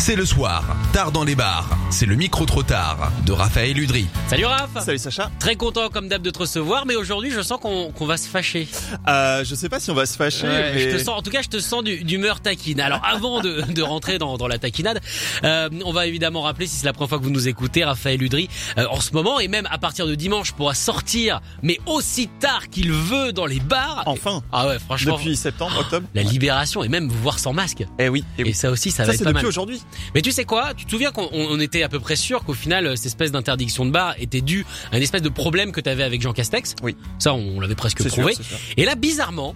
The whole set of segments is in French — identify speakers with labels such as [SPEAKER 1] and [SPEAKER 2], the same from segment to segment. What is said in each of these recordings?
[SPEAKER 1] C'est le soir, tard dans les bars. C'est le micro trop tard de Raphaël Udry.
[SPEAKER 2] Salut Raph
[SPEAKER 3] Salut Sacha.
[SPEAKER 2] Très content comme d'hab de te recevoir, mais aujourd'hui je sens qu'on qu'on va se fâcher.
[SPEAKER 3] Euh, je sais pas si on va se fâcher,
[SPEAKER 2] Ouais,
[SPEAKER 3] mais
[SPEAKER 2] je te sens, en tout cas je te sens du- d'humeur taquine. Alors avant de, de rentrer dans, dans la taquinade, euh, on va évidemment rappeler si c'est la première fois que vous nous écoutez, Raphaël Udry, euh, en ce moment et même à partir de dimanche pourra sortir, mais aussi tard qu'il veut dans les bars.
[SPEAKER 3] enfin,
[SPEAKER 2] Ah ouais, franchement.
[SPEAKER 3] depuis septembre, octobre.
[SPEAKER 2] La libération et même vous voir sans masque.
[SPEAKER 3] Eh oui, eh
[SPEAKER 2] Et
[SPEAKER 3] oui.
[SPEAKER 2] ça aussi, ça,
[SPEAKER 3] Ça,
[SPEAKER 2] va être
[SPEAKER 3] c'est
[SPEAKER 2] pas
[SPEAKER 3] depuis
[SPEAKER 2] mal.
[SPEAKER 3] aujourd'hui.
[SPEAKER 2] Mais tu sais quoi Tu te souviens qu'on on- on était à peu près sûr qu'au final, euh, cette espèce d'interdiction de bar était due à une espèce de problème que t'avais avec Jean Castex
[SPEAKER 3] Oui.
[SPEAKER 2] Ça, on, l'avait presque
[SPEAKER 3] C'est sûr,
[SPEAKER 2] prouvé.
[SPEAKER 3] c'est sûr.
[SPEAKER 2] Et là, bizarrement,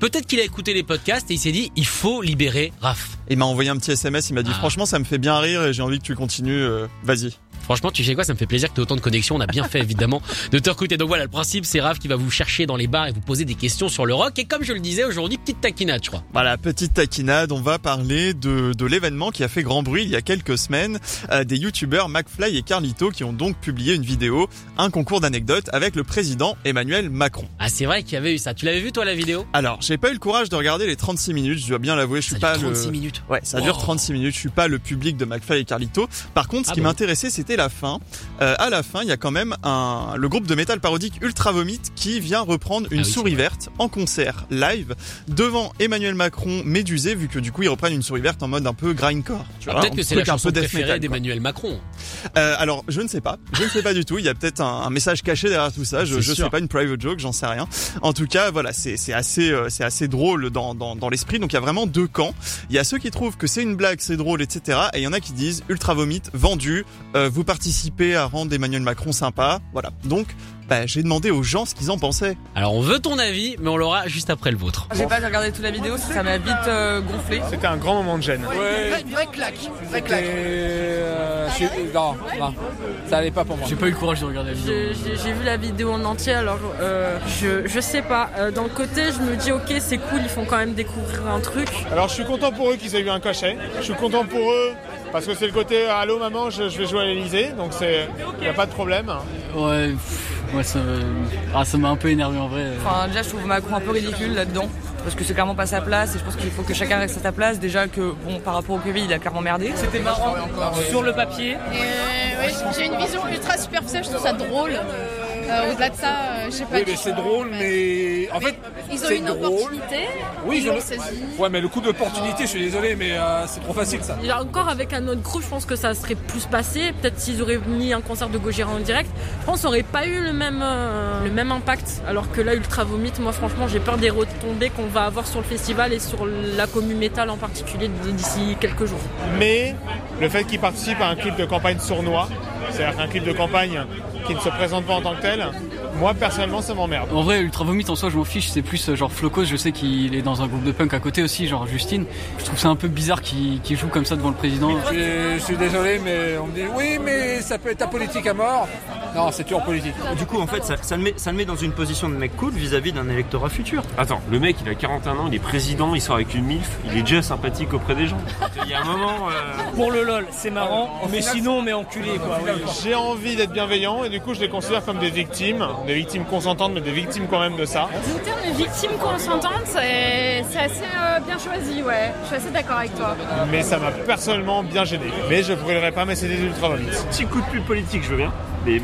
[SPEAKER 2] peut-être qu'il a écouté les podcasts et il s'est dit, il faut libérer Raph.
[SPEAKER 3] Il m'a envoyé un petit SMS, il m'a dit
[SPEAKER 2] Ah.
[SPEAKER 3] franchement ça me fait bien rire et j'ai envie que tu continues, euh, vas-y.
[SPEAKER 2] Franchement, tu sais quoi Ça me fait plaisir que tu autant de connexions. On a bien fait, évidemment, de te recruter. Donc voilà, le principe, c'est Raph qui va vous chercher dans les bars et vous poser des questions sur le rock. Et comme je le disais aujourd'hui, petite taquinade, je crois.
[SPEAKER 3] Voilà, petite taquinade, on va parler de, de l'événement qui a fait grand bruit il y a quelques semaines, euh, des youtubeurs McFly et Carlito qui ont donc publié une vidéo, un concours d'anecdotes avec le président Emmanuel Macron.
[SPEAKER 2] Ah, c'est vrai qu'il y avait eu ça. Tu l'avais vu, toi, la vidéo
[SPEAKER 3] Alors, j'ai pas eu le courage de regarder les 36 minutes, je dois bien l'avouer, je suis
[SPEAKER 2] Ça
[SPEAKER 3] pas
[SPEAKER 2] dure 36
[SPEAKER 3] le...
[SPEAKER 2] minutes.
[SPEAKER 3] Ouais, ça dure
[SPEAKER 2] Wow.
[SPEAKER 3] 36 minutes. Je suis pas le public de McFly et Carlito. Par contre, ce
[SPEAKER 2] Ah
[SPEAKER 3] qui
[SPEAKER 2] bon
[SPEAKER 3] m'intéressait, c'était la fin. Euh, à la fin, il y a quand même un le groupe de métal parodique Ultra Vomit qui vient reprendre une
[SPEAKER 2] Ah oui, c'est
[SPEAKER 3] souris verte en concert live devant Emmanuel Macron médusé vu que du coup ils reprennent une souris verte en mode un peu grindcore. Tu
[SPEAKER 2] Ah,
[SPEAKER 3] vois,
[SPEAKER 2] peut-être
[SPEAKER 3] un
[SPEAKER 2] que c'est la
[SPEAKER 3] truc un
[SPEAKER 2] chanson
[SPEAKER 3] peu death
[SPEAKER 2] préférée
[SPEAKER 3] metal, quoi.
[SPEAKER 2] d'Emmanuel Macron.
[SPEAKER 3] Euh, alors, je ne sais pas. Je ne sais pas du tout. Il y a peut-être un, un message caché derrière tout ça. Je
[SPEAKER 2] C'est
[SPEAKER 3] ne sais
[SPEAKER 2] sûr.
[SPEAKER 3] pas, une private joke, j'en sais rien. En tout cas, voilà, c'est c'est assez, euh, c'est assez drôle dans, dans, dans l'esprit. Donc, il y a vraiment deux camps. Il y a ceux qui trouvent que c'est une blague, c'est drôle, etc. Et il y en a qui disent ultra vomite, vendu, euh, vous participez à rendre Emmanuel Macron sympa. Voilà. Donc, bah, j'ai demandé aux gens ce qu'ils en pensaient.
[SPEAKER 2] Alors, on veut ton avis, mais on l'aura juste après le vôtre.
[SPEAKER 4] J'ai pas regardé toute la vidéo, ça m'a vite euh, gonflé.
[SPEAKER 5] C'était un grand moment de gêne.
[SPEAKER 6] Une vraie claque, une vraie claque.
[SPEAKER 5] Euh, je- non, non, ça allait pas pour moi.
[SPEAKER 2] pas eu le courage de regarder la
[SPEAKER 7] Je- J'ai j'ai vu la vidéo en entier, alors euh, je, je sais pas. Euh, Dans le côté, je me dis, ok, c'est cool, ils font quand même découvrir un truc.
[SPEAKER 5] Alors je suis content pour eux qu'ils aient eu un cachet. Je suis content pour eux parce que c'est le côté euh, allô maman, je, je vais jouer à l'Elysée, donc c'est y a pas de problème.
[SPEAKER 8] Ouais, pff, moi ça me- ah, ça m'a un peu énervé en vrai.
[SPEAKER 4] Enfin, déjà, je trouve Macron un peu ridicule là-dedans. Parce que c'est clairement pas sa place et je pense qu'il faut que chacun reste à sa place. Déjà que, bon, par rapport au Covid, il a clairement merdé. C'était marrant sur le papier.
[SPEAKER 7] euh, J'ai une vision ultra superficielle, je trouve ça drôle. Euh, Au-delà de ça, je sais pas.
[SPEAKER 5] Oui, mais c'est drôle, mais en fait,
[SPEAKER 7] Ils ont
[SPEAKER 5] c'est
[SPEAKER 7] une
[SPEAKER 5] drôle.
[SPEAKER 7] opportunité,
[SPEAKER 5] Oui,
[SPEAKER 7] ils
[SPEAKER 5] je
[SPEAKER 7] l'ont
[SPEAKER 5] le-
[SPEAKER 7] saisi.
[SPEAKER 5] Ouais, mais le coup d'opportunité, je suis désolé, mais euh, c'est trop facile ça.
[SPEAKER 7] Et encore avec un autre groupe, je pense que ça serait plus passé. Peut-être s'ils auraient mis un concert de Gojira en direct, je pense qu'on aurait pas eu le même, euh, le même impact. Alors que là, Ultra Vomit, moi franchement, j'ai peur des retombées qu'on va avoir sur le festival et sur la commu métal en particulier d'ici quelques jours.
[SPEAKER 5] Mais le fait qu'ils participent à un clip de campagne sournois, c'est-à-dire qu'un clip de campagne qui ne se présente pas en tant que tel, moi personnellement ça m'emmerde.
[SPEAKER 8] En vrai, Ultra Vomit en soi, je m'en fiche, c'est plus euh, genre Flocos, je sais qu'il est dans un groupe de punk à côté aussi, genre Justine. Je trouve ça un peu bizarre qu'il qu'il joue comme ça devant le président.
[SPEAKER 5] Je suis désolé, mais on me dit oui, mais ça peut être ta politique à mort. Non, c'est toujours politique.
[SPEAKER 9] Du coup, en fait, ça, ça le met, ça le met dans une position de mec cool vis-à-vis d'un électorat futur.
[SPEAKER 10] Attends, le mec il a 41 ans, il est président, il sort avec une MILF, il est déjà sympathique auprès des gens. Il y a un moment.
[SPEAKER 9] Pour le lol, c'est marrant, mais sinon, mais enculé quoi.
[SPEAKER 5] J'ai envie d'être bienveillant et du coup je les considère comme des victimes, des victimes consentantes mais des victimes quand même de ça.
[SPEAKER 7] Le terme victime consentante, c'est c'est assez euh, bien choisi, ouais. Je suis assez d'accord avec toi.
[SPEAKER 5] Mais ça m'a personnellement bien gêné. Mais je brûlerai pas mes CD ultra vite.
[SPEAKER 10] Petit coup de pub politique, je veux bien, mais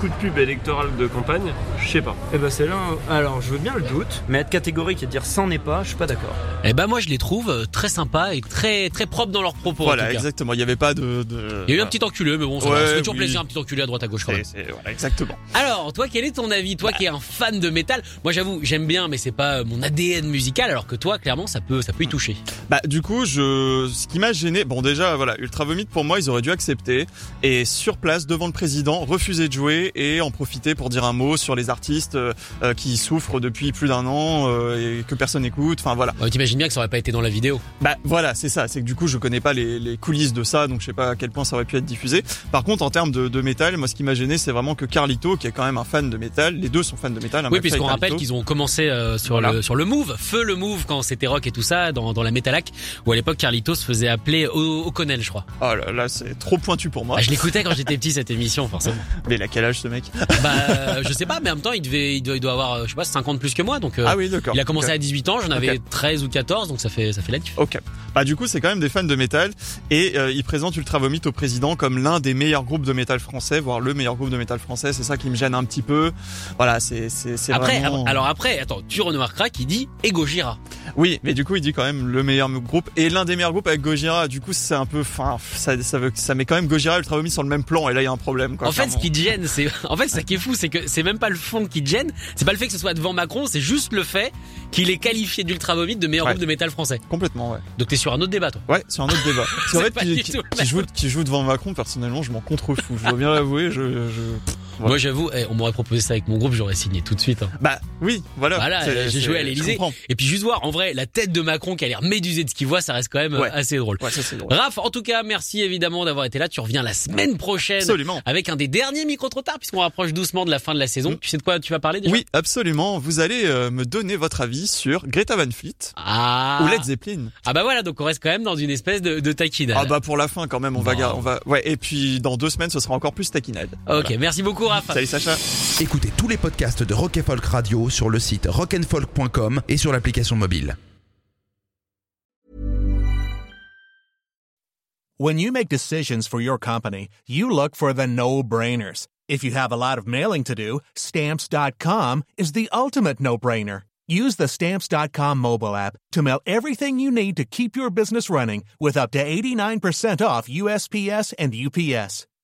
[SPEAKER 10] coup de pub électoral de campagne, je sais pas.
[SPEAKER 9] Eh ben, c'est là. où- Alors, je veux bien le doute, mais être catégorique et dire ça n'est pas, je suis pas d'accord.
[SPEAKER 2] Eh ben moi je les trouve euh, très sympas et très très propres dans leurs propos. en tout
[SPEAKER 3] voilà,
[SPEAKER 2] cas.
[SPEAKER 3] exactement. Il n'y avait pas de. de-
[SPEAKER 2] Il y a eu un petit enculé, mais bon, ça,
[SPEAKER 3] Ouais,
[SPEAKER 2] va, ça fait toujours
[SPEAKER 3] oui.
[SPEAKER 2] plaisir un petit enculé à droite à gauche quand
[SPEAKER 3] C'est-
[SPEAKER 2] même.
[SPEAKER 3] c'est- voilà, exactement.
[SPEAKER 2] Alors, toi, quel est ton avis Toi qui es un fan de métal, moi j'avoue, j'aime bien, mais c'est pas euh, mon ADN musical, alors que toi, clairement, ça peut, ça peut y toucher.
[SPEAKER 3] Bah du coup, je ce qui m'a gêné, bon déjà voilà, Ultra Vomit pour moi, ils auraient dû accepter et sur place devant le président, refuser de jouer et en profiter pour dire un mot sur les artistes euh, euh, qui souffrent depuis plus d'un an euh, et que personne n'écoute. Enfin voilà.
[SPEAKER 2] Bah, T'imagines bien que ça aurait pas été dans la vidéo.
[SPEAKER 3] Bah voilà, c'est ça. C'est que du coup, je connais pas les, les coulisses de ça, donc je sais pas à quel point ça aurait pu être diffusé. Par contre, en termes de, de métal, moi, ce qui m'a gêné, c'est vraiment que Carlito, qui est quand même un fan de métal, les deux sont fans de métal. hein,
[SPEAKER 2] Oui,
[SPEAKER 3] Mafia et
[SPEAKER 2] puisqu'on rappelle
[SPEAKER 3] Carlito.
[SPEAKER 2] qu'ils ont commencé euh, sur le sur le Move, feu le Move quand c'était rock et tout ça dans dans la Metalac où à l'époque Carlitos se faisait appeler O- O'Connell, je crois.
[SPEAKER 3] Oh là là, c'est trop pointu pour moi.
[SPEAKER 2] Ah, je l'écoutais quand j'étais petit cette émission forcément.
[SPEAKER 3] Mais il a quel âge ce mec
[SPEAKER 2] Bah euh, je sais pas, mais en même temps il devait il doit, il doit avoir euh, je sais pas 50 plus que moi donc euh,
[SPEAKER 3] Ah oui, d'accord.
[SPEAKER 2] Il a commencé
[SPEAKER 3] Ok.
[SPEAKER 2] à 18 ans, j'en avais
[SPEAKER 3] Ok.
[SPEAKER 2] 13 ou 14 donc ça fait ça fait la diff.
[SPEAKER 3] Ok. Bah du coup, c'est quand même des fans de métal et euh, ils présentent Ultra Vomit au président comme l'un des meilleurs groupes de métal français, voire le meilleur groupe de métal français. C'est ça qui me gêne un petit peu. Voilà, c'est c'est c'est
[SPEAKER 2] Après
[SPEAKER 3] vraiment-
[SPEAKER 2] ab- alors après attends, tu remarqueras qu'il dit et Gojira.
[SPEAKER 3] Oui, mais du coup, il dit quand même le meilleur groupe et l'un des meilleurs groupes avec Gojira. Du coup, c'est un peu fin. Ça, ça, veut- ça met quand même Gojira et Ultra Vomit sur le même plan et là, il y a un problème. Quoi,
[SPEAKER 2] En fait,
[SPEAKER 3] clairement.
[SPEAKER 2] ce qui te gêne, c'est en fait ça qui est fou, c'est que c'est même pas le fond qui te gêne, c'est pas le fait que ce soit devant Macron, c'est juste le fait qu'il est qualifié d'ultra vomite de meilleur
[SPEAKER 3] Ouais.
[SPEAKER 2] groupe de métal français.
[SPEAKER 3] Complètement, ouais.
[SPEAKER 2] Donc t'es sur un autre débat, toi.
[SPEAKER 3] Ouais, c'est un autre débat.
[SPEAKER 2] C'est
[SPEAKER 3] C'est vrai
[SPEAKER 2] pas
[SPEAKER 3] qui,
[SPEAKER 2] du
[SPEAKER 3] qui,
[SPEAKER 2] tout le
[SPEAKER 3] qui joue, qui joue devant Macron, personnellement, je m'en contrefous. Je dois bien l'avouer, je, je... Voilà.
[SPEAKER 2] Moi, j'avoue, eh, on m'aurait proposé ça avec mon groupe, j'aurais signé tout de suite. hein.
[SPEAKER 3] Bah oui, voilà. c'est-
[SPEAKER 2] Voilà, j'ai
[SPEAKER 3] c'est-
[SPEAKER 2] joué à
[SPEAKER 3] je
[SPEAKER 2] l'Elysée.
[SPEAKER 3] comprends.
[SPEAKER 2] Et puis juste voir, en vrai, la tête de Macron qui a l'air médusé de ce qu'il voit, ça reste quand même euh,
[SPEAKER 3] Ouais.
[SPEAKER 2] assez drôle.
[SPEAKER 3] Ouais, ça c'est drôle.
[SPEAKER 2] Raph, en tout cas, merci évidemment d'avoir été là. Tu reviens la semaine prochaine
[SPEAKER 3] Absolument. Mm.
[SPEAKER 2] avec un des derniers micro trop tard, puisqu'on rapproche doucement de la fin de la saison. Tu sais de quoi tu vas parler déjà
[SPEAKER 3] Oui, absolument. Vous allez euh, me donner votre avis sur Greta Van Fleet
[SPEAKER 2] Ah.
[SPEAKER 3] ou Led Zeppelin.
[SPEAKER 2] Ah bah voilà, donc on reste quand même dans une espèce de, de taquinade.
[SPEAKER 3] Ah bah pour la fin quand même, on va, gar- on va, ouais. Et puis dans deux semaines, ce sera encore plus taquinade.
[SPEAKER 2] Ok,
[SPEAKER 3] Voilà.
[SPEAKER 2] merci beaucoup Raph.
[SPEAKER 3] Salut Sacha.
[SPEAKER 11] Écoutez tous les podcasts de Rock and Folk Radio sur le site rockandfolk.com et sur l'application mobile.
[SPEAKER 12] When you make decisions for your company, you look for the no brainers. If you have a lot of mailing to do, stamps.com is the ultimate no brainer. Use the stamps.com mobile app to mail everything you need to keep your business running with up to 89% off USPS and UPS.